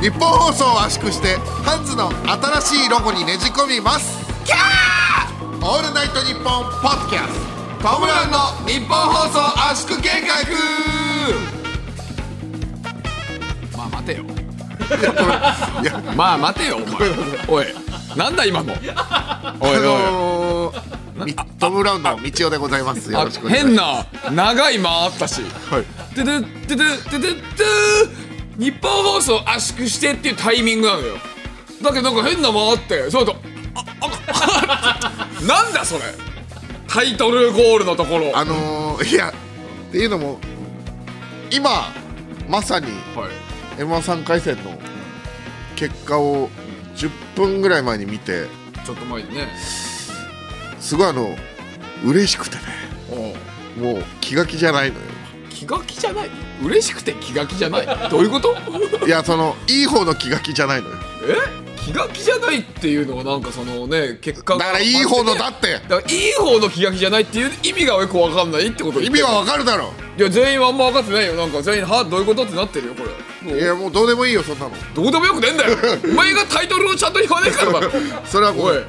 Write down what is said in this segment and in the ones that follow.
日本放送を圧縮してハンズの新しいロゴにねじ込みますキャーオールナイトニッポンポッドキャストトムランの日本放送圧縮計画まあ待てよ いやまあ待てよお前おいなんだ今のおいあおいのーみトム・ブラウンの道夫でございます。よあろしくお願いし変ます。な長い間あったしはい。 「トゥトゥトゥトゥトゥトゥトゥ日本放送圧縮して」っていうタイミングなのよだけどなんか変な間あってそうだとあああなんだそれタイトルゴールのところあのーいやっていうのも今まさにはい M13 回戦の結果を10分ぐらい前に見て、ちょっと前にねすごいあの嬉しくてね、おもうう気が気じゃないのよ。気が気じゃない嬉しくて気が気じゃないどういうこといやそのいい方の気が気じゃないのよ。え気が気じゃないっていうのがなんかそのね結果だからいい方のだだってだからいい方の気が気じゃないっていう意味がよくわかんないってこと意味はわかるだろいや全員はあんま分かってないよなんか全員はどういうことってなってるよこれう。いやもうどうでもいいよそんなの。どうでもよくねえんだよ お前がタイトルをちゃんと言わねえからだろそれはもおうい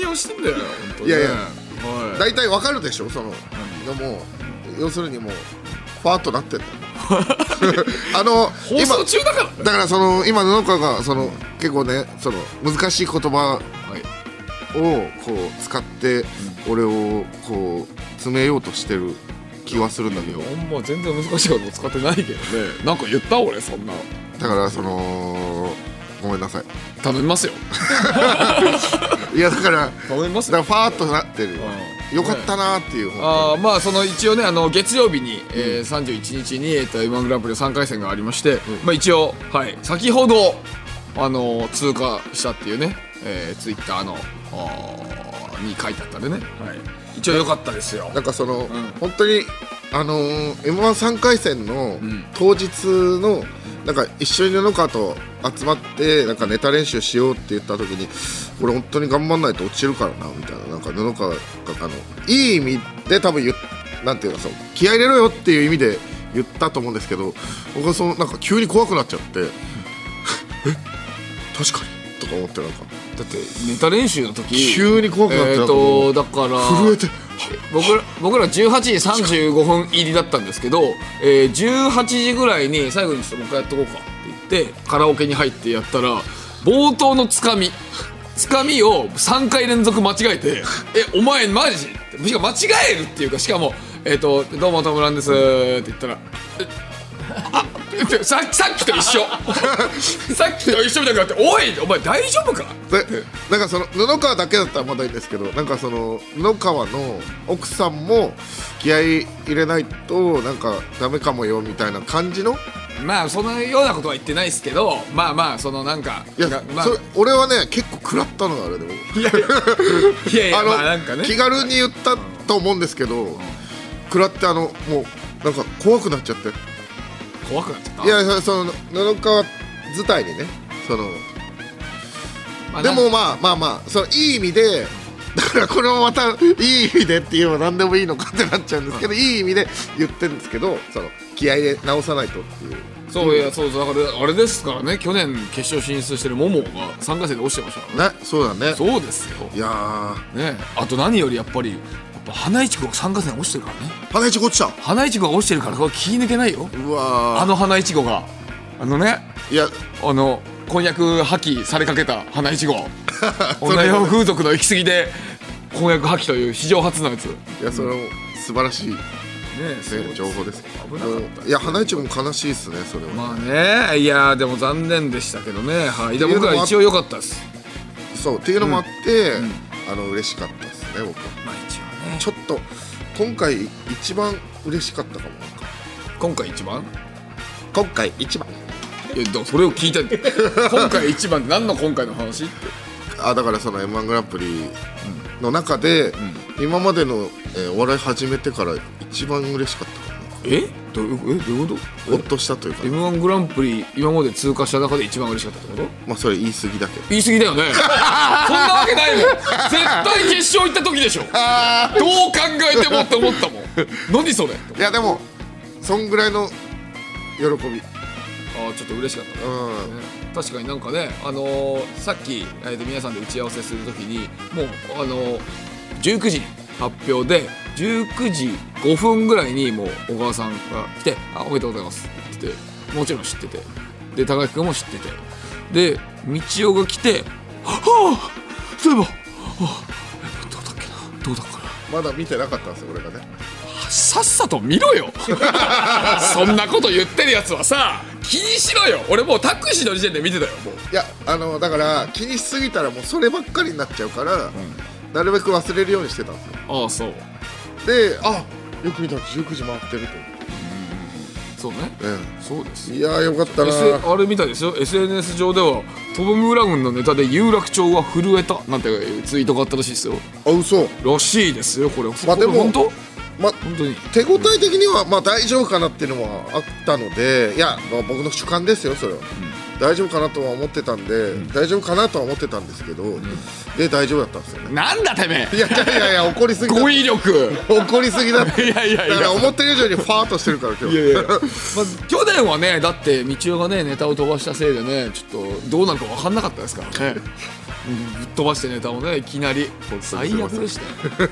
何をしてんだよ本当にいやいやおい大体わかるでしょそのでも要するにもうファーっとな ってんだよあの放今送中だからだからその今布川がその結構ねその難しい言葉はいをこう使って俺をこう詰めようとしてる気はするんだけどあんま全然難しいこと使ってないけどねなんか言った俺そんなだからそのごめんなさい頼みますよいやだからだか頼みま すよらファーっとなってるうんよかったなっていうあーまあその一応ねあの月曜日に、えー31日に、えーと、m 1グランプリの3回戦がありまして、まあ、一応、はい、先ほど、あのー通過したっていうね、えー、ツイッターのあーに書いてあったんでね、はい、一応良かったですよなんかその、ん本当にあのー、m 1三回戦のん当日の、なんか一緒に布川と集まってなんかネタ練習しようって言った時にこれ本当に頑張んないと落ちるからなみたいななんか布川があのいい意味で多分言っなんていうかそう気合い入れろよっていう意味で言ったと思うんですけど僕はそのなんか急に怖くなっちゃって、え確かにとか思ってなんかだってネタ練習の時急に怖くなってえなー、んかもとうだから震えて僕ら僕ら18時35分入りだったんですけど、えー、18時ぐらいに最後にちょっともう一回やっとこうかって言ってカラオケに入ってやったら冒頭のつかみ つかみを3回連続間違えて「えお前マジ?」ってむしろ間違えるっていうかしかも「えっ、とどうもトムランです」って言ったら「えあってささっきと一緒さっきと一緒みた いになって「おいお前大丈夫か?」でなんかその布川だけだったらまだいいんですけどなんかその布川の奥さんも気合い入れないとなんかダメかもよみたいな感じのまあそのようなことは言ってないですけどまあまあそのなんかいや、まあそれ俺はね結構食らったのがあれでもいやいやいやいやあの、まあなんかね気軽に言ったと思うんですけど食らってあのもうなんか怖くなっちゃって怖くなっちゃったいやそその布川自体にねそのまあでなんもまあまあまあそのいい意味でだからこれもまたいい意味でっていうのは何でもいいのかってなっちゃうんですけど、いい意味で言ってるんですけどその気合で直さないとっていうそういやそうそうだからあれですからね去年決勝進出してるモモが3回戦で落ちてましたからねねそうだねそうですよ、いやーね、あと何よりやっぱりやっぱ花一区が3回戦落ちてるからね花一こっちだ花一区が落ちてるからこれ気抜けないようわあーの花一区があのねいやあの婚約破棄されかけた花いち ごそれ女用風俗の行き過ぎで婚約破棄という史上初のやつねいやそれも素晴らしい、ね、情報です危なかったいや花一も悲しいですねそれは、まあねいやでも残念でしたけどねはいでっていうのも僕は一応良かったですそうっていうのもあって、あの嬉しかったですね僕はまあ一応ねちょっと今回一番嬉しかったかもなんか今回一番今回一番いやでもそれを聞いたんだよ今回一番って何の今回の話ってあだからその m 1グランプリの中で、今までの、えーお笑い始めてから一番嬉しかったかえどういうえどういうこなほっとしたというか、 m 1グランプリ今まで通過した中で一番嬉しかったってことまあそれ言い過ぎだけど言い過ぎだよね そんなわけないもん絶対決勝行った時でし ょどう考えてもって思ったもん何それいやでもそんぐらいの喜びあーちょっと嬉しかったねうん確かになんかね、あのーさっき、えーと皆さんで打ち合わせするときにもう、あのー19時に発表で19時5分ぐらいにもう小川さんが来て「あおめでとうございます」って言っててもちろん知っててで高木君も知っててで道夫が来て「はあそういえば、はあ、どうだっけなどうだっかな」まだ見てなかったんですよ俺がねさっさと見ろよそんなこと言ってるやつはさ気にしろよ俺もうタクシーの時点で見てたよもういやあのだから気にしすぎたらもうそればっかりになっちゃうから、なるべく忘れるようにしてたんですよああそうであよく見たら19時回ってるそうねと、そうですいやーよかったな S あれみたいですよ SNS 上ではトム・ムーラ軍のネタで有楽町は震えたなんていうツイートがあったらしいですよあ嘘らしいですよこれ、まあでもこれ本当ま本当に手応え的にはまあ大丈夫かなっていうのはあったのでいや、まあ僕の主観ですよそれは、大丈夫かなとは思ってたんで、大丈夫かなとは思ってたんですけど、で大丈夫だったんですよねなんだてめえいやいやいやいや怒りすぎだ語彙力怒りすぎだっいてやいやいだからや思ってる以上にファーっとしてるから今日 まあ、去年はねだって道夫がねネタを飛ばしたせいでねちょっとどうなるか分かんなかったですからねうんぶっ飛ばしてネタをねいきなり当に最すいま悪せんでしたよ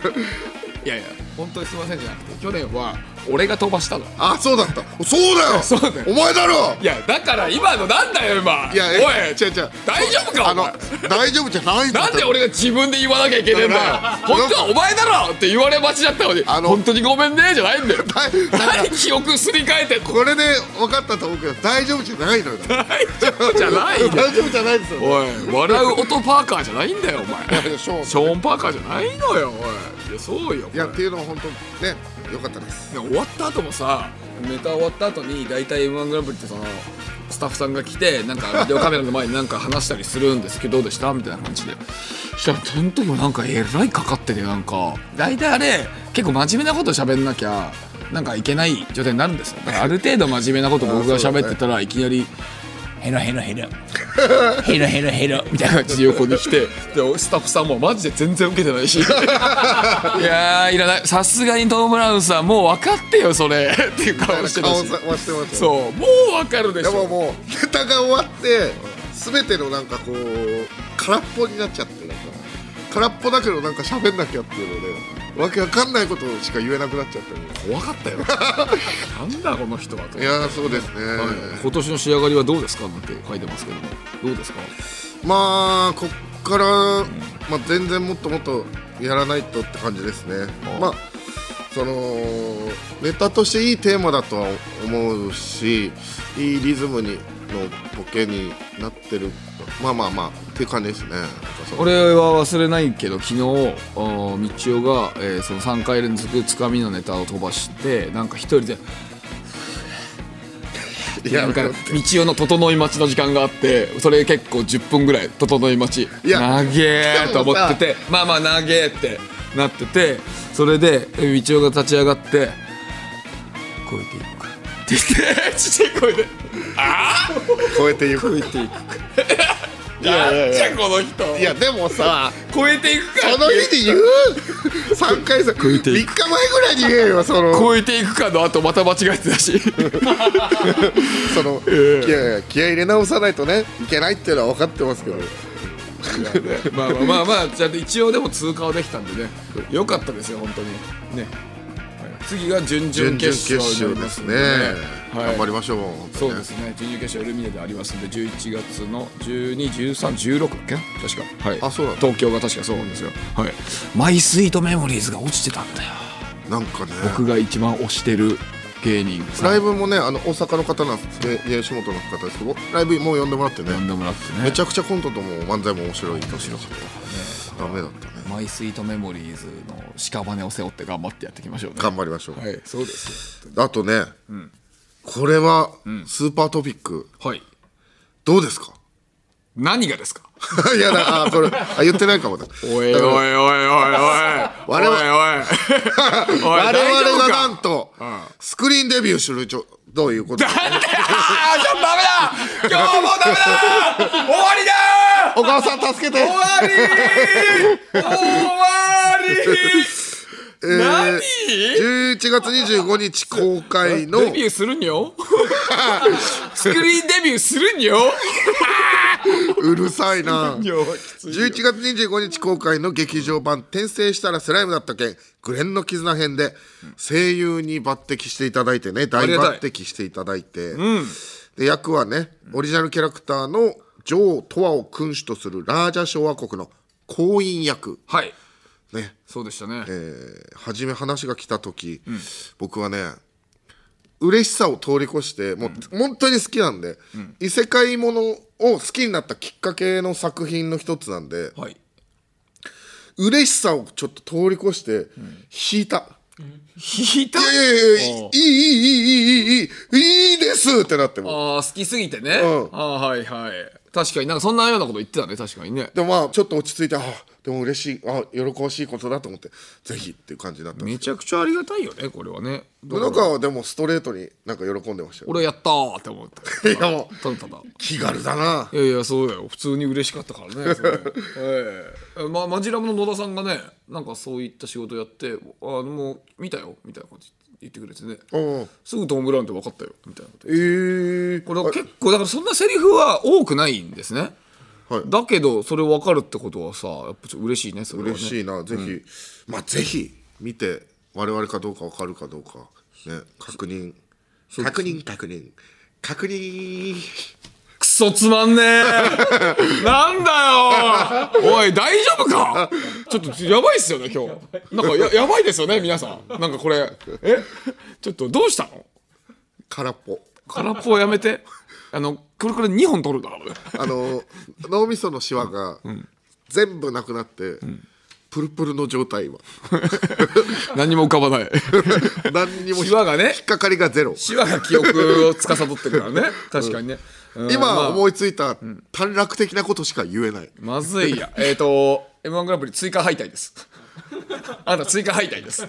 いやいや本当にすいませんじゃなくて去年は俺が飛ばしたのあそうだったそうだよそうだよお前だろいやだから今のなんだよ今いやえおい違う違う大丈夫かあお前の大丈夫じゃないんだなんで俺が自分で言わなきゃいけねえんだよだから本当はお前だろって言われ待ちだったのにあの本当にごめんねじゃないんだよ だだから何記憶すり替えてんのこれで分かったと思うけど大丈夫じゃないのよ大大丈夫じゃないよ丈夫じゃないですよおい笑う音パーカーじゃないんだよお前ショーンショーン・パーカーじゃないのよおいいやそうよこいれやっていうのは本当ね良かったですね終わった後もさネタ終わった後に大体 m 1グランプリってそのスタッフさんが来てなんかビデオカメラの前になんか話したりするんですけどどうでしたみたいな感じでそしたらその時もなんかえらいかかっててなんか大体あれ結構真面目なこと喋んなきゃなんかいけない状態になるんですよだからある程度真面目なこと僕が喋ってたらいきなり「ヘロヘロヘロ」ヘロヘロヘロみたいな感じで横に来てでスタッフさんもマジで全然受けて ないしいやーいらないさすがにトム・ブラウンさんもう分かってよそれっていう顔してた顔しさはしてますよそうもう分かるででしもょもうネタが終わって全てのなんかこう空っぽになっちゃってなんか空っぽだけどなんか喋んなきゃっていうのでわけわかんないことしか言えなくなっちゃってるんです怖かったよ なんだこの人はといやーそうですね、今年の仕上がりはどうですかなんて書いてますけどもどうですかまあこっから、まあ、全然もっともっとやらないとって感じですね、うんまあそのネタとしていいテーマだとは思うしいいリズムにのボケになってるまあまあまあっていう感じです ねなんかその俺は忘れないけど昨日あー道夫が、えーその3回連続つかみのネタを飛ばしてなんか一人でいやなんか道夫の整い待ちの時間があってそれ結構10分ぐらい整い待ちいや長えと思っててまあまあ長えってなっててそれでえ道夫が立ち上がって「超えてい くか」って言ってちっちゃい声で超えていく「超えていくか」いやいやいやなんじゃこの人いやでもさ超えていくかその日に言う3 回さえて3い日前ぐらいに言えよその超えていくかの後また間違えて たしその、いやいや気合い入れ直さないとねいけないっていうのは分かってますけどまあまあまあまあちゃんと一応でも通過はできたんでねよかったですよ本当にねはい次が準準々々決決勝勝になりでますすんねでね頑張りまましょう本当にそうですね準々決勝エルミネでありますんで11月の121316だっけ確かはいあそうなんだ東京が確かそうなんですよはいマイスイートメモリーズが落ちてたんだよなんかね僕が一番推してる芸人さんライブもねあの大阪の方なんですねいや吉本の方ですけどライブもう呼んでもらってね呼んでもらってねめちゃくちゃコントとも漫才も面白い年だったダメだったねマイスイートメモリーズの屍を背負って頑張ってやっていきましょうね頑張りましょう、はいそうですあとね、これはスーパートピックはいどうですか 何がですかいやだあこれあ言ってないかもだおいおいおいおいおい 我々おいおいおい我大丈々夫がかなんとスクリーンデビューするちょどういうことなんであーちょっとダメだ今日もダメだ終わりだお母さん助けて終わり終わりえー、11月25日公開のデビューするにょスクリーンデビューするにょうるさいなにょきついよ11月25日公開の劇場版「転生したらスライムだった件グレンの絆編」で声優に抜擢していただいてね大りがたい抜擢していただいてで役はねオリジナルキャラクターの女王トワを君主とするラージャ小和国の行員役はいねそうでしたね、えー初め話が来た時、僕はね嬉しさを通り越してもう、本当に好きなんで、異世界ものを好きになったきっかけの作品の一つなんではい嬉しさをちょっと通り越して引いた。引いたいやいやいやいいいいいいいいいいいいいですってなってもああ好きすぎてね、うんああーはいはい確かになんかそんなようなこと言ってたね確かにねでもまあちょっと落ち着いてあでも嬉しいあ喜ばしいことだと思ってぜひっていう感じになっためちゃくちゃありがたいよねこれはね布川はでもストレートになんか喜んでましたよ俺やったーって思ったいやもうただただ気軽だないやいやそうだよ普通に嬉しかったからね それええまマジラムの野田さんがねなんかそういった仕事やって「あのもう見たよ」みたいなこと言ってくれてねうんすぐトム・ブラウンって分かったよみたいなことえー、これは結構だからそんなセリフは多くないんですね、はいだけどそれ分かるってことはさやっぱちょっと嬉しいねそれはね嬉しいな、ぜひ、まあぜひ見て我々かどうか分かるかどうかね確認確認確認確認クソつまんね えなんだよおい大丈夫かちょっとやばいっすよね今日なんかややばいですよね皆さんなんかこれえちょっとどうしたの空っぽ空っぽはやめてあのこれから2本取るから俺 あの 脳みそのシワが全部なくなって、プルプルの状態 は何も浮かばない何にも シワがね引っかかりがゼロシワが記憶を司ってる からね確かにね、うんま今あ思いついた短絡的なことしか言えない、まずい やえっ、と m 1グランプリ追加敗退です あなた追加敗退です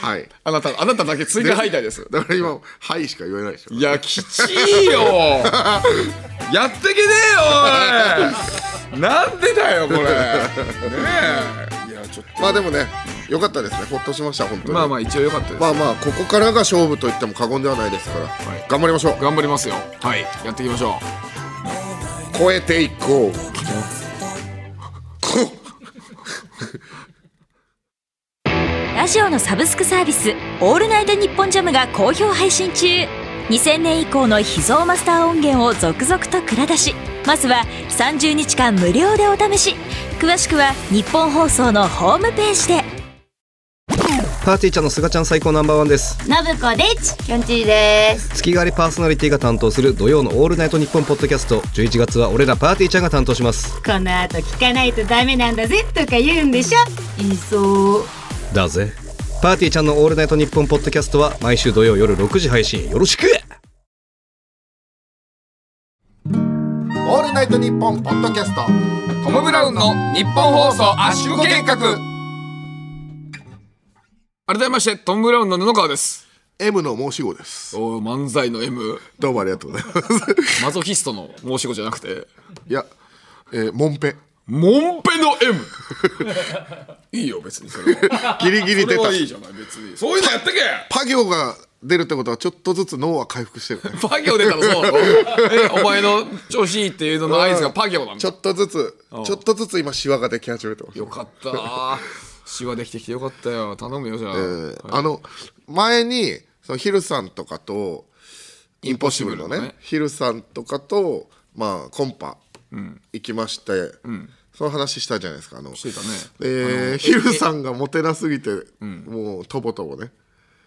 はいあなたあなただけ追加敗退ですだから今「はい」しか言えないでしょいやきちい よやってけねえよおいなんでだよこれねえ いやちょっまあでもねよかったですねほっとしました本当とにまあまあ一応良かったです、まあまあここからが勝負と言っても過言ではないですから、い頑張りましょう頑張りますよはいやっていきましょう超えていこうラジオのサブスクサービス「オールナイトニッポンジャム」が好評配信中2000年以降の秘蔵マスター音源を続々と蔵出しまずは30日間無料でお試し詳しくは日本放送のホームページでパーティーちゃんのすがちゃん最高ナンバーワンです信子でちきょんちぃです。月替わりパーソナリティが担当する土曜のオールナイトニッポンポッドキャスト11月は俺らパーティーちゃんが担当しますこの後聞かないとダメなんだぜとか言うんでしょ。言いそう。だぜパーティーちゃんのオールナイトニッポンポッドキャストは毎週土曜夜6時配信よろしく「オールナイトニッポン」ポッドキャストトム・ブラウンの日本放送圧縮計画改めましてトム・ブラウンの布川です M の申し子ですおー漫才の M どうもありがとうございます マゾヒストの申し子じゃなくていやえー、モンペモンペの M いいよ別にそれはギリギリそ出れたはいいじゃない別にそういうのやってけパ行が出るってことはちょっとずつ脳は回復してる、ね、パ行出たら そうだろえお前の調子いいっていうのの合図がパ行なんちだょっとずつちょっとずつ今シワができ始めてますよかったシワできてきてよかったよ頼むよじゃあ、えーあの前にそのヒルさんとかとインポッシブルのねインポッシブルのねヒルさんとかと、まあ、コンパ行きまして、その話したじゃないですかあのてたねえーヒルさんがモテなすぎて、もうとぼとぼね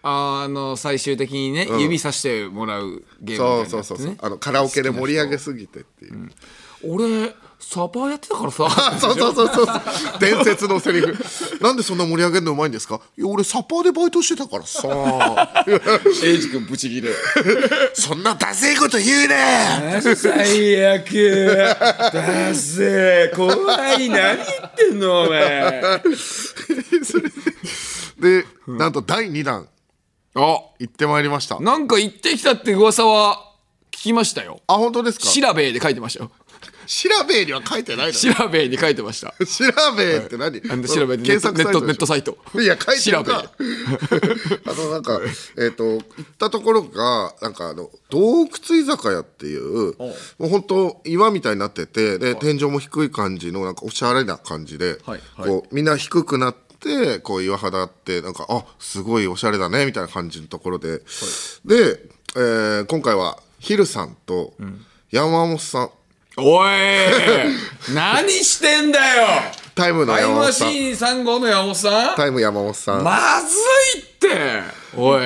あの最終的にね、指さしてもらうゲームそうみたいなそうそやつねうそうあのカラオケで盛り上げすぎてっていう、俺サバやってたからさあそうそうそうそうそう伝説のセリフなんでそんな盛り上げるのうまいんですかいや俺サポーでバイトしてたから さ エイジ君ブチギレそんなダセいこと言うね最悪だぜ怖い何言ってんのお前で、なんと第2弾あ行ってまいりましたなんか行ってきたって噂は聞きましたよあ本当ですか調べで書いてましたよ調べには書いてないだろ調べに書いてました 調べって何、あの調べ検索ネットネサイトッでしトょネットサイトいや書いてる調か あとなんかえっ、と行ったところがなんかあの洞窟居酒屋っていうもう本当岩みたいになっててで天井も低い感じのなんかおしゃれな感じで、はいはいこうみんな低くなって。こう岩肌あってなんかあすごいおしゃれだねみたいな感じのところで、で、えー今回はヒルさんと山本さん、おい何してんだよタイムのタイム山マ本さんシーン3号の山本さんタイム山本さん、まずいっておい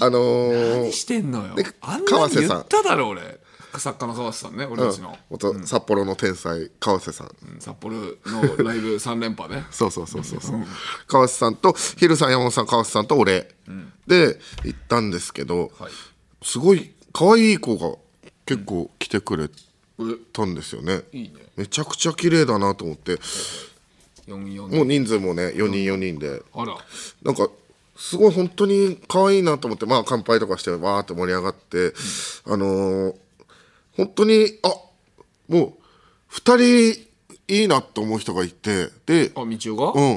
あのー何してんのよであんな川に瀬言さんっただろ俺作家の川瀬さんね俺たちの、元札幌の天才川瀬さん、札幌のライブ3連 覇ねそうそうそうそうそう、川瀬さんとヒルさん山本さん川瀬さんと俺、で行ったんですけど、はいすごい可愛い子が結構来てくれたんですよね、いいねめちゃくちゃ綺麗だなと思って、 44もう人数もね4人4人で、あらなんかすごい本当に可愛いなと思ってまあ乾杯とかしてわーって盛り上がって、あのー本当にあもう2人いいなと思う人がいてでうあ道夫がん、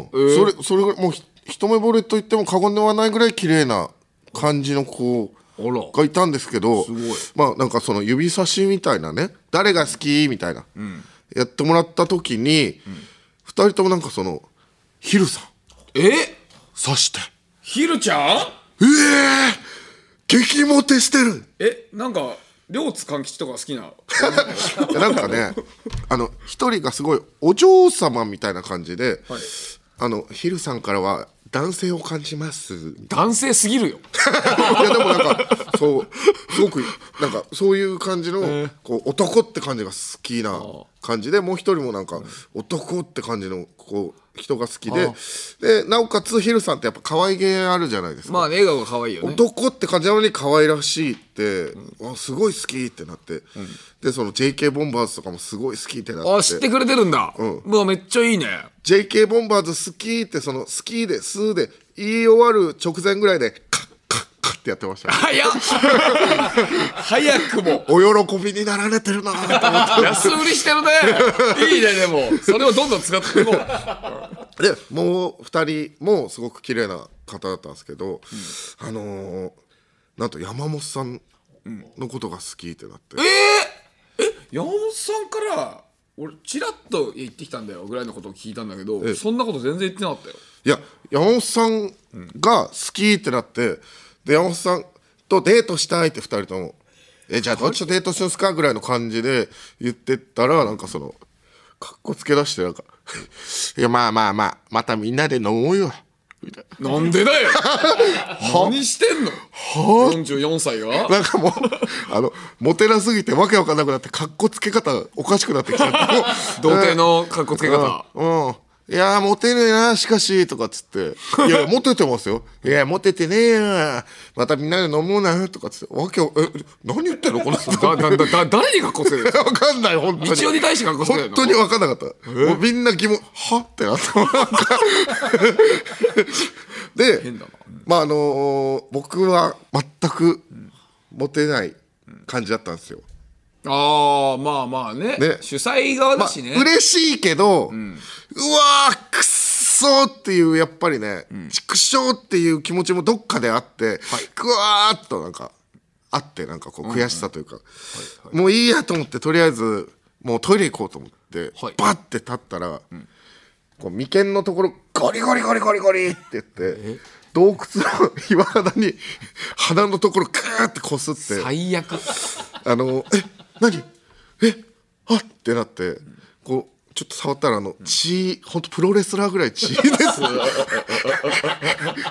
えーそれそれぐらいもうひ一目惚れと言っても過言ではないぐらい綺麗な感じの子あらがいたんですけどすごいまあなんかその指差しみたいなね誰が好きみたいな、やってもらった時に、二2人ともなんかそのヒルさんえ刺してひるちゃんええ激モテしてるえなんか両津勘吉とか好きななんかねあの一人がすごいお嬢様みたいな感じで、はいあのヒルさんからは男性を感じますみ 男性すぎるよたいないやでもなんかそうすごくなんかそういう感じの、こう男って感じが好きな感じでもう一人もなんか男って感じのこう人が好きででなおかつヒルさんってやっぱ可愛げあるじゃないですか。まあね笑顔が可愛いよね男って感じなのに可愛らしいって、あすごい好きってなって、でその JK ボンバーズとかもすごい好きってなってあ知ってくれてるんだんうわめっちゃいいね JK ボンバーズ好きってその好きで「す」で言い終わる直前ぐらいでカッカッカッってやってま した、早っ早くもお喜びになられてるなと思って 安売りしてる ねいいねでもそれをどんどん使って いこうでもう2人もすごく綺麗な方だったんですけど、あのーなんと山本さんのことが好きってなって、山本さんから俺チラッと言ってきたんだよぐらいのことを聞いたんだけどえそんなこと全然言ってなかったよいや山本さんが好きってなって、で山本さんとデートしたいって2人とも「えじゃあどっちとデートしますか?」ぐらいの感じで言ってったらなんかそのかっこつけ出してなんか「いやまあまあまあまたみんなで飲もうよ」みたいなん でだよ何してんの44歳がななんかもうあのモテなすぎてわけわかんなくなってかっこつけ方おかしくなってきちゃってもう 童貞のかっこつけ方うんうんいやーモテねえなしかしとかっつ って「いやモテてますよ」「いやモテてねえよまたみんなで飲もうな」とかっつってわけをえ何言ってんのこの人だだだだ誰にかっこつけて るわかんない本当に道夫に対してかっこつけてる本の当に分かんなかったもうみんな疑問「はってなったなんかで変だなうんまああのー僕は全くモテない感じだったんですよ、ああまあまあねね主催側まだあしね、嬉しいけど、うわーくっそーっていうやっぱりね、畜生っていう気持ちもどっかであって、ぐわーっとなんかあってなんかこう悔しさというか、もういいやと思ってとりあえずもうトイレ行こうと思って、はいバッて立ったら、こう眉間のところゴリゴリゴリゴリゴリって言って洞窟の 岩肌に鼻のところグーってこすって。最 悪あのえ何えあってなってこうちょっと触ったらあの血本当プロレスラーぐらい血です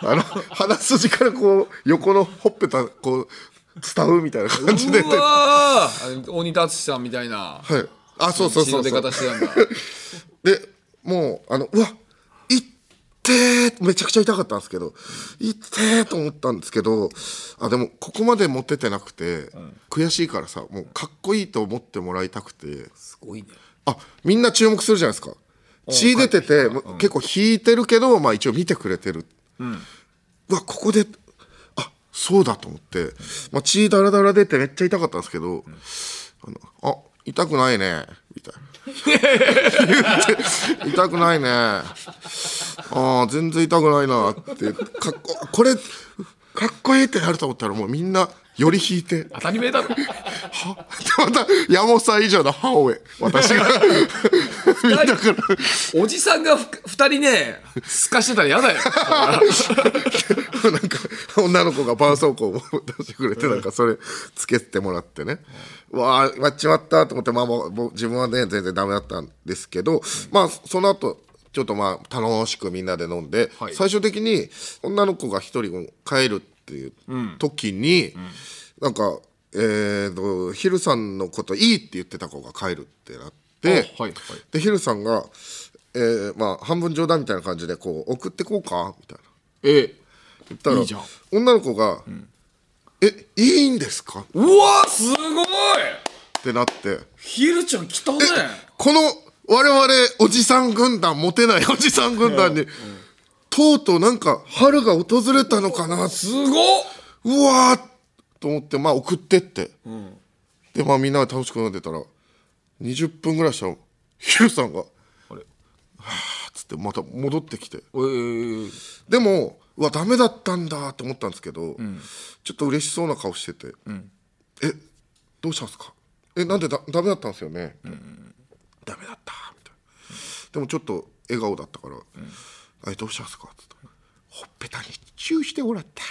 あの鼻筋からこう横のほっぺたこう伝うみたいな感じでうわーあの大仁田淳さんみたいなはいあそうそう血そのうそ出う方してたんだ でもうあのうわ痛ってーめちゃくちゃ痛かったんですけど痛ってーと思ったんですけどあでもここまで持っててなくて、悔しいからさもうかっこいいと思ってもらいたくてすごいねあみんな注目するじゃないですか血出てて、もう結構引いてるけど、まあ、一応見てくれてる、うわここであそうだと思って、まあ、血だらだら出てめっちゃ痛かったんですけど、あのあ痛くないねみたいな言って痛くないねああ全然痛くないなってかっここれかっこいいってなると思ったらもうみんなより引いて 当たり前だろ。はまた山本さん以上の歯を私がみんなからおじさんがふ二人ね、すかしてたら 嫌だよ。なんか女の子が絆創膏を出してくれてなんかそれつけてもらってね、わあやっちまったと思って、まあ、もうもう自分はね全然ダメだったんですけど、まあその後ちょっとまあ楽しくみんなで飲んで、はい最終的に女の子が一人帰るっていう時に、なんか、えー、とヒルさんのこといいって言ってた子が帰るってなって、あはいはいでヒルさんが、えーまあ、半分冗談みたいな感じでこう送ってこうかみたいな。え言ったらいいじゃん女の子が「えいいんですか?」え。うわすごいってなってひるちゃん来たね。この我々おじさん軍団モテないおじさん軍団に、とうとうなんか春が訪れたのかなすごっうわーと思ってまあ送ってって、でまあみんなで楽しく飲んでたら20分ぐらいしたらヒルさんが「あれはあ」っつってまた戻ってきてえー、でもうわダメだったんだって思ったんですけど、ちょっと嬉しそうな顔してて「えどうしたんですかえなんでだダメだったんですよね、ダメだった」みたいなでもちょっと笑顔だったから「えどうしたんですか?」っつったらほっぺたにチューしてもらった」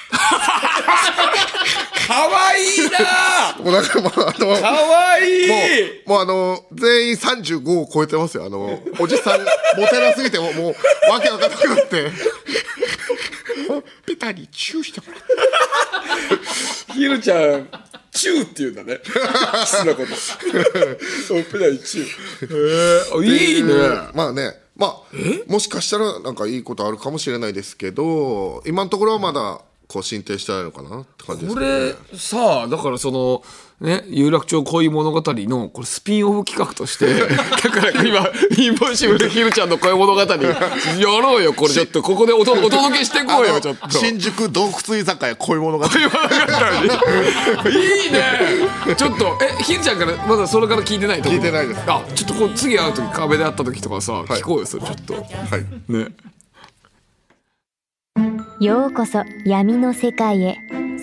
かわいいなもうなんかもうあのかわいもいうもうあの全員35を超えてますよあのおじさんモテなすぎてもうもうわけわかんなくなってほっぺたにチューしてもらったひるちゃん、チューって言うんだね。キスのこと。ほっぺたにチュー。へえいいね。まあね、まあ、もしかしたらなんかいいことあるかもしれないですけど、今のところはまだこう進展してないのかなって感じですこけどねれさあだからそのね有楽町恋物語のこれスピンオフ企画と してだから今インポッシブルひるちゃんの恋物語やろうよこれちょっとここでおとお届けしていこうあよのちょっと新宿洞窟居酒屋恋物語。いいねちょっとえひるちゃんからまだそれから聞いてないと思聞ういてないですあちょっとこう次会う時壁で会った時とかさ、聞こうよそれちょっとはい。ねようこそ闇の世界へ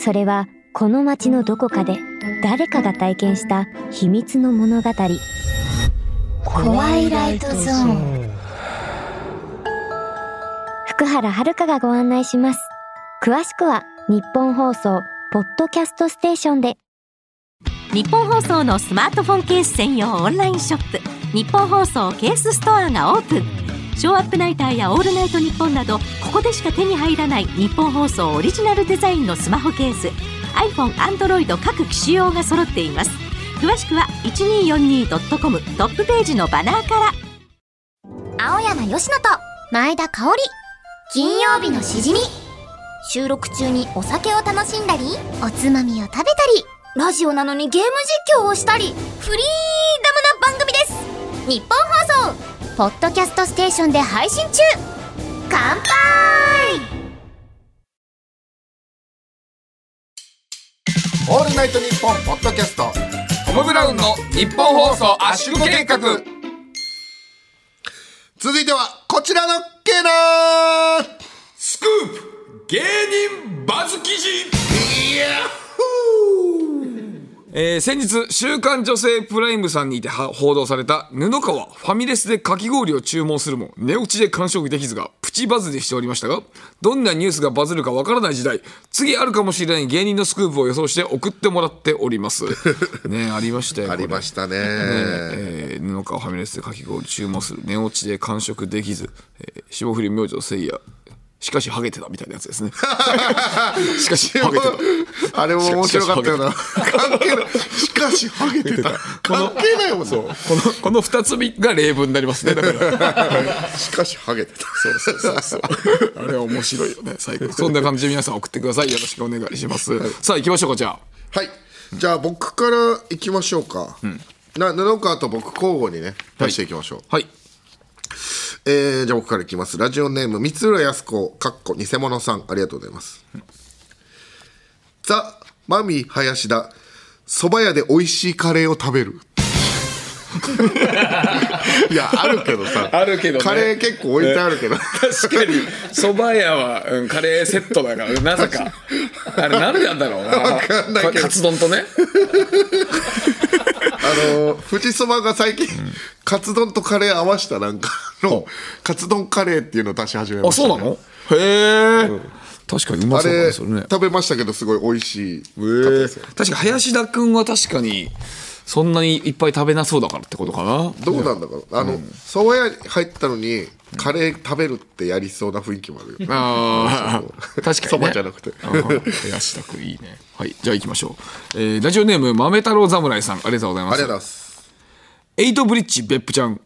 それはこの街のどこかで誰かが体験した秘密の物語怖いライトゾーン福原遥がご案内します詳しくは日本放送ポッドキャストステーションで日本放送のスマートフォンケース専用オンラインショップ日本放送ケースストアがオープンショーアップナイターやオールナイトニッポンなどここでしか手に入らない日本放送オリジナルデザインのスマホケース iPhone、Android 各機種用が揃っています詳しくは 1242.com トップページのバナーから青山よしのと前田香織金曜日のしじみ収録中にお酒を楽しんだりおつまみを食べたりラジオなのにゲーム実況をしたりフリーダムな番組です日本放送ポッドキャストステーションで配信中乾杯オールナイトニッポンポッドキャスト。トム・ブラウンの日本放送圧縮計画続いてはこちらのケーナー。スクープ芸人バズ記事えー先日、週刊女性プライムさんにては報道された、布川ファミレスでかき氷を注文するも、寝落ちで完食できずが、プチバズりしておりましたが、どんなニュースがバズるかわからない時代、次あるかもしれない芸人のスクープを予想して送ってもらっております。ねありましたよ。ありまししたえね。ー布川ファミレスでかき氷注文する寝落ちで完食できず、えー霜降り明星せいやしかしハゲてたみたいなやつ ですねしかしハゲてあれも面白かったよな。関係ない。しかしハゲてた。関係ないもんそう。たこのこの2つ目が例文になりますねだ からしかしハゲてた。そうそうそうそう。あれは面白いよね最高そんな感じで皆さん送ってくださいよろしくお願いします、さあ行きましょうかじゃあはい、じゃあ僕からいきましょうか、な布川と僕交互にね出していきましょう、はいえーじゃあ僕からいきますラジオネーム三浦康子かっこ偽物さんありがとうございます、ザ・マミー林田そば屋で美味しいカレーを食べる いやあるけどさあるけどねカレー結構置いてあるけど確かに蕎麦屋は、うん、カレーセットだからなぜかあれなんでなんだろうわかんないけどこれカツ丼とねあの富士そばが最近、カツ丼とカレー合わしたなんかの、カツ丼カレーっていうのを出し始めまあしたそね、うなのへえ、確かにうまあそうれ、だねそれね食べましたけどすごい美味しいかったですよ確か林田君は確かにそんなにいっぱい食べなそうだからってことかなどうなんだろうあのそば屋に入ったのにカレー食べるってやりそうな雰囲気もあるよああ確かにね そばじゃなくてあー林田君いいねはいじゃあ行きましょう、えーラジオネーム豆太郎侍さんありがとうございあまりがとうございすますエイトブリッジ別府ちゃん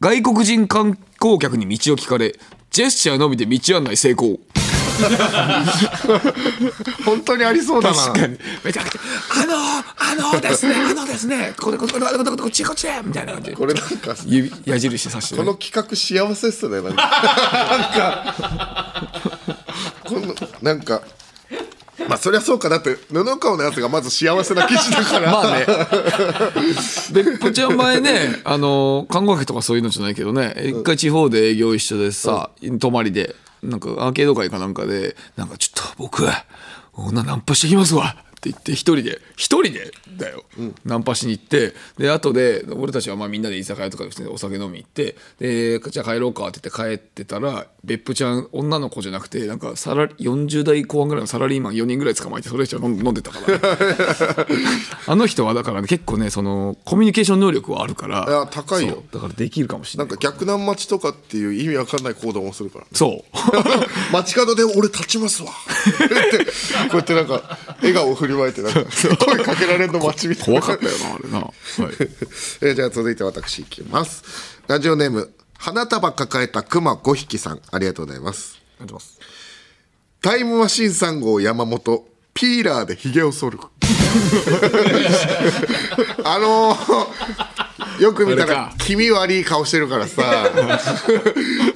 外国人観光客に道を聞かれジェスチャーのみで道案内成功本当にありそうだなにめちゃくちゃ「あのー、あのー、ですねあのー、ですねこれこれこれこれこれこっちこっち」みたいな感じでこれなんか指矢印さして、こねの、企画幸せっすねなんかなんかこのなんかまあそりゃそうかだって布川のやつがまず幸せな記事だからまあね別府ちゃん前ね あのー看護学とかそういうのじゃないけどね一回地方で営業一緒でさ、泊まりでなんかアーケード会かなんかでなんかちょっと僕女ナンパしてきますわって言って一人で一人でだよ、ナンパしに行ってで後で俺たちはまあみんなで居酒屋とかしてお酒飲み行ってでじゃあ帰ろうかって言って帰ってたら別府ちゃん女の子じゃなくてなんかサラリ40代後半ぐらいのサラリーマン4人ぐらい捕まえてそれ以上飲ん飲んでたからね、あの人はだからね結構ねそのコミュニケーション能力はあるからいや高いよそうだからできるかもしれななんいか逆南町とかっていう意味わかんない行動もするから そう街角で俺立ちますわってこうやってなんか笑顔を振りまいてなんか声かけられるの街みたいな怖かったよなあれな、はい、えーじゃあ続いて私いきますラジオネーム花束抱えた熊5匹さんありがとうございますタイムマシーン3号山本ピーラーでひげを剃る あのーよく見たこれらか気味悪い顔してる からさ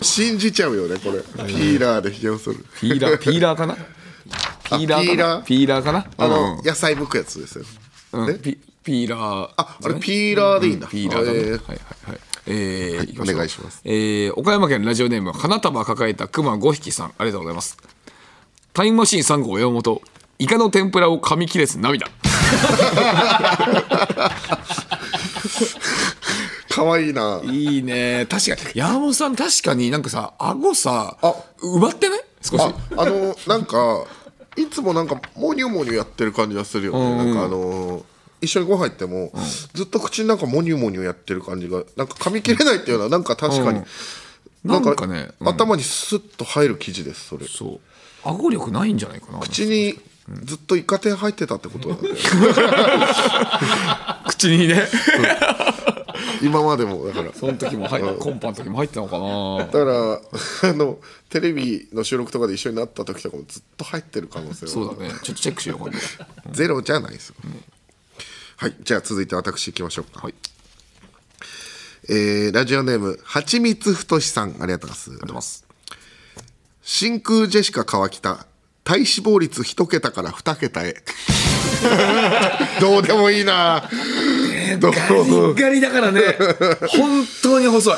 信じちゃうよねこれピーラーでひげを剃るピーラーピーラーかなピーラーかなあピーラーかなあの、うん野菜剥くやつですようんピピーラーああれピーラーでいいんだ、ピーラーだねえーはいはいはいえー行きしょうお願いしますえー岡山県ラジオネーム花束抱えた熊5匹さんありがとうございますタイムマシーン3号山本イカの天ぷらを噛み切れず涙かわいいないいね確かに山本さん確かになんかさ顎さあ奪ってない少しああのなんかいつもなんかモニュモニュやってる感じがするよね、なんかあの一緒にご飯行っても、ずっと口の中モニュモニュやってる感じがなんか噛み切れないっていうのはなんか確かに、なんかねうん頭にスッと入る生地ですそれそう顎力ないんじゃないかな口にずっとイカ天入ってたってことなんだよね口にね 今までもだ からその時も入っコンパの時も入ってたのかなだからあのテレビの収録とかで一緒になった時とかもずっと入ってる可能性はそうだねちょっとチェックしよう今度ゼロじゃないですよ、はいじゃあ続いて私いきましょうかはいえーラジオネームはちみつふとしさんありがとうございますます真空ジェシカ川北体脂肪率一桁から二桁へ どうでもいいなどうガリだからね本当に細い、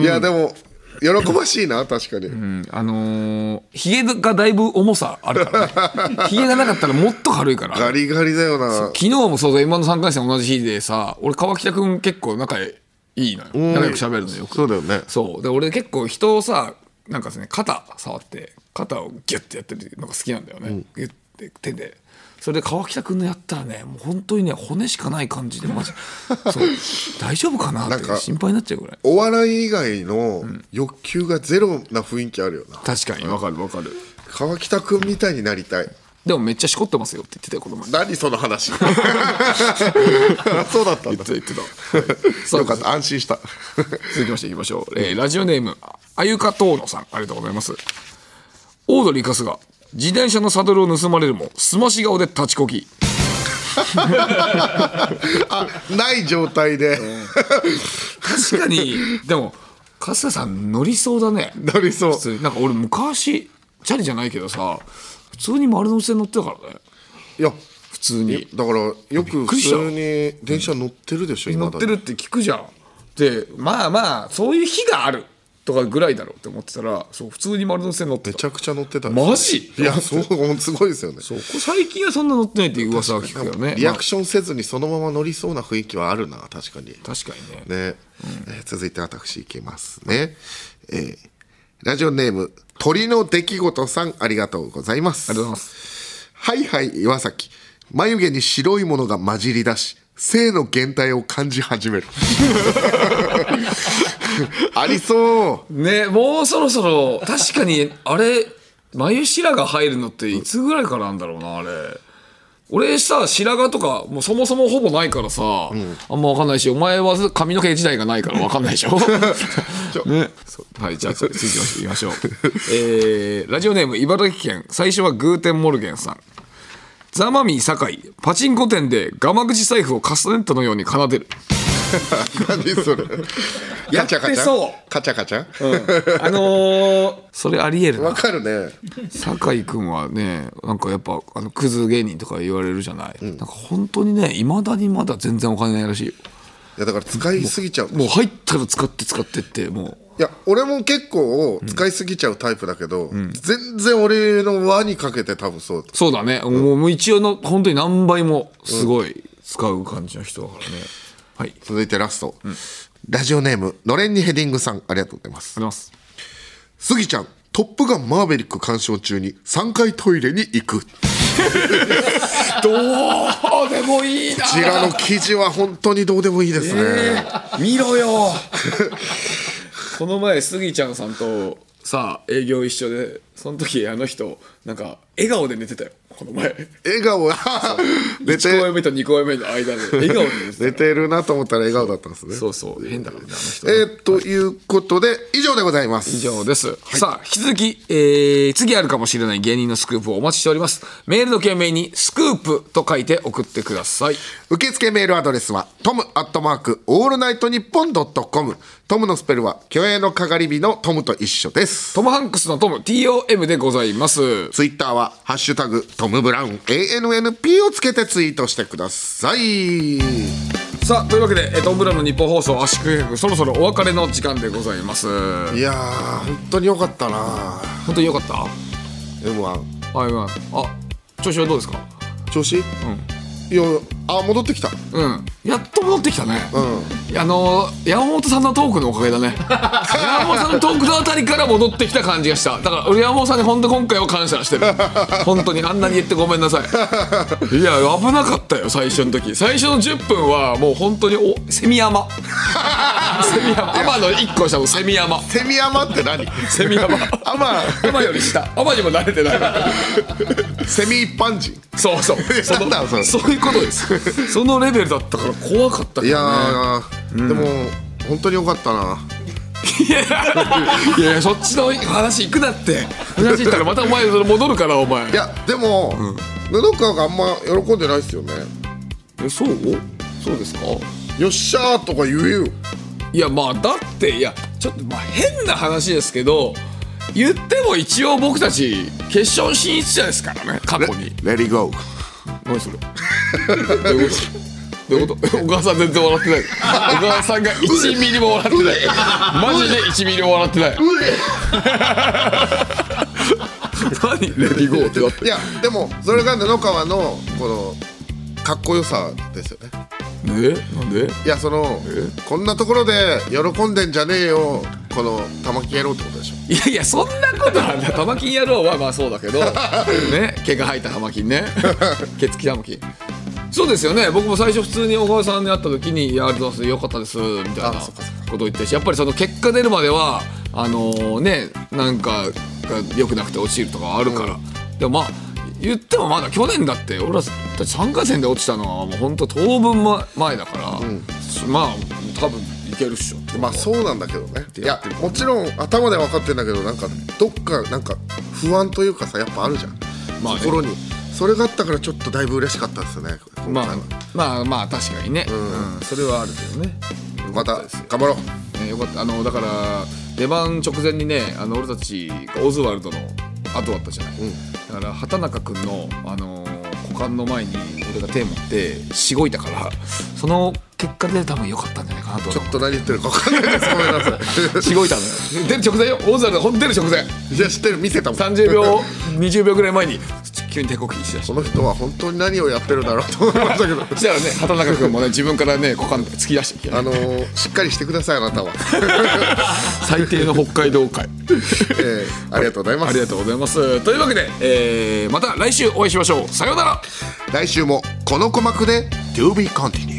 いやでも喜ばしいな確かに、うんあのー、ヒゲがだいぶ重さあるから ねヒゲがなかったらもっと軽いからガリガリだよな昨日もそうだ M−1 の3回戦同じ日でさ俺川北君結構仲いいのよ仲良く喋るのよくそうだよねそうで俺結構人をさなんかですね肩触って肩をギュッてやってるのが好きなんだよね、ギュッて手でそれで川北君のやったらねもう本当にね骨しかない感じで マジそう大丈夫かなっなんかて心配になっちゃうぐらいお笑い以外の欲求がゼロな雰囲気あるよな確かにわかるわかる川北くんみたいになりたいでもめっちゃしこってますよって言ってたよこの前何 その話そうだった んだ言ってたよかった安心 した続きましていきましょう、えーラジオネームあゆかとうのさんありがとうございますオードリー春日自転車のサドルを盗まれるもすまし顔で立ちこきあない状態で、確かにでも春日さん乗りそうだね乗りそう普通になんか俺昔チャリじゃないけどさ普通に丸の内線乗ってたからねいや普通にだからよくく普りした通に電車乗ってるでしょ、乗今っだてるって聞くじゃんでまあまあそういう日があるとかぐらいだろうって思ってたらそう普通に丸の線乗ってめちたゃくちゃ乗ってたマジいやそうすごいですよねそうここ最近はそんな乗ってないっていう噂は聞くよねリアクションせずにそのまま乗りそうな雰囲気はあるな確かにまあ確かにねね、えー続いて私いきますね、えーラジオネーム鳥の出来事さんありがとうございますありがとうございますはいはい岩崎眉毛に白いものが混じり出し性の減退を感じ始 めるありそうねもうそろそろ確かにあれ眉白髪入るのっていつぐらいからなんだろうなあれ俺さ白髪とかもうそもそもほぼないからさ、あんま分かんないしお前は髪の毛自体がないから分かんないでしょ ね、はいじゃあ続きましょう行きましょう、 えーラジオネーム茨城県最初はグーテンモルゲンさんザマミィ酒井パチンコ店でガマ口財布をカスタネットのように奏でる何それカやっチてャカチそャうカチャカチャあのーそれありえるなわかるね酒井君はねなんかやっぱあのクズ芸人とか言われるじゃない、なんか本当にねいまだにまだ全然お金ないらしいよいやだから使いすぎちゃうもう入ったら使って使ってってもいや俺も結構使いすぎちゃうタイプだけど、全然俺の輪にかけて多分そううそうだね、もう一応の本当に何倍もすごい使う感じの人だからね、はいありがとう続いてラスト、ラジオネームのれんにヘディングさんありがとうございますございますスギちゃん「トップガンマーヴェリック」鑑賞中に3回トイレに行くこどうでもいいなちらの記事は本当にどうでもいいですね、見ろよこの前スギちゃんさんとさ営業一緒でその時あの人なんか笑顔で寝てたよこの前笑顔が寝1公演て目と2公演目の間で笑顔で寝てた寝てるなと思ったら笑顔だったんですねそうそう変だからねあの人えー、ということで以上でございます以上です、さあ引き続き、えー次あるかもしれない芸人のスクープをお待ちしておりますメールの件名に「スクープ」と書いて送ってください受付メールアドレスはトムアットマークオールナイトニッポンドットコムトムのスペルは虚栄のかがり火のトムと一緒ですトム・ハンクスのトム TOM でございますツイッターは「ハッシュタグトム・ブラウン ANNP」をつけてツイートしてくださいさあというわけで、えートム・ブラウンの日本放送圧縮計画そろそろお別れの時間でございますいやー本当によかったな本当によかった M1 はいはいあ調子はどうですか調子、いやあ戻ってきたうんやっと戻ってきたねうんいやあのー山本さんのトークのおかげだね 山本さんのトークのあたりから戻ってきた感じがしただから俺山本さんに本当今回は感謝してる本当にあんなに言ってごめんなさいいや危なかったよ最初の時最初の10分はもう本当におセミ 山セミ山天の1個下のセミ山セミ山って何セミ山アマ天より下天にも慣れてない セミ一般人そうそうそなんだそのれそういうことですそのレベルだったから怖かったけどねいやー、でも本当によかったないやいやそっちの話行くなって話行ったらまたお前それ戻るからお前いやでも、布川があんま喜んでないですよねえそうそうですかよっしゃーとか言えよいやまあだっていやちょっとまあ変な話ですけど言っても一応僕たち決勝進出者ですからね過去にレディーゴー何それどういうことどういうこと小川さん全然笑ってない小川さんが1ミリも笑ってないマジで1ミリも笑ってない何レディーゴーってだっていやでもそれが布川のこのかっこよさですよねえなんでいやそのこんなところで喜んでんじゃねえよこの玉木野郎ってことでしょいやいやそんなことは ない玉金野郎はまあそうだけどね毛が生えた 玉金ね毛付き玉金そうですよね僕も最初普通に小川さんに会った時に「いやありがとうございますよかったです」みたいなあこそっかそっとを言ってるしやっぱりその結果出るまではあのねなんかが良くなくて落ちるとかはあるから、でもまあ言ってもまだ去年だって俺らたち3回戦で落ちたのはもう本当当分ま前だから、まあ多分いけるっしょってまあそうなんだけどねいややってるもちろん頭では分かってんだけどなんかどっかなんか不安というかさやっぱあるじゃん、まあね心にそれがあったからちょっとだいぶ嬉しかったですよね今まあ回はまあまあ確かにね、うんそれはあるけどねまたですよ頑張ろうねよかったあのだから出番直前にねあの俺たちがオズワルドの後だったじゃない、だから畑中君の、あのー告股間の前に俺が手持ってしごいたからその結果で多分良かったんじゃないかなとちょっと何言ってるか分かんないですごめんな さしごいたのよ出る直前よ大皿のほん出る直前いいや知ってる見せたもん30秒20秒ぐらい 前に急に手こきしだしこの人は本当に何をやってるんだろうと思いま したけどそしたらね畑中君もね自分からね股間突き出してきてあのー、しっかりしてくださいあなた は、最低の北海道会えー、ありがとうございまあすりがとうございますというわけで、えーまた来週お会いしましょうさようなら来週もこの鼓膜で To be continued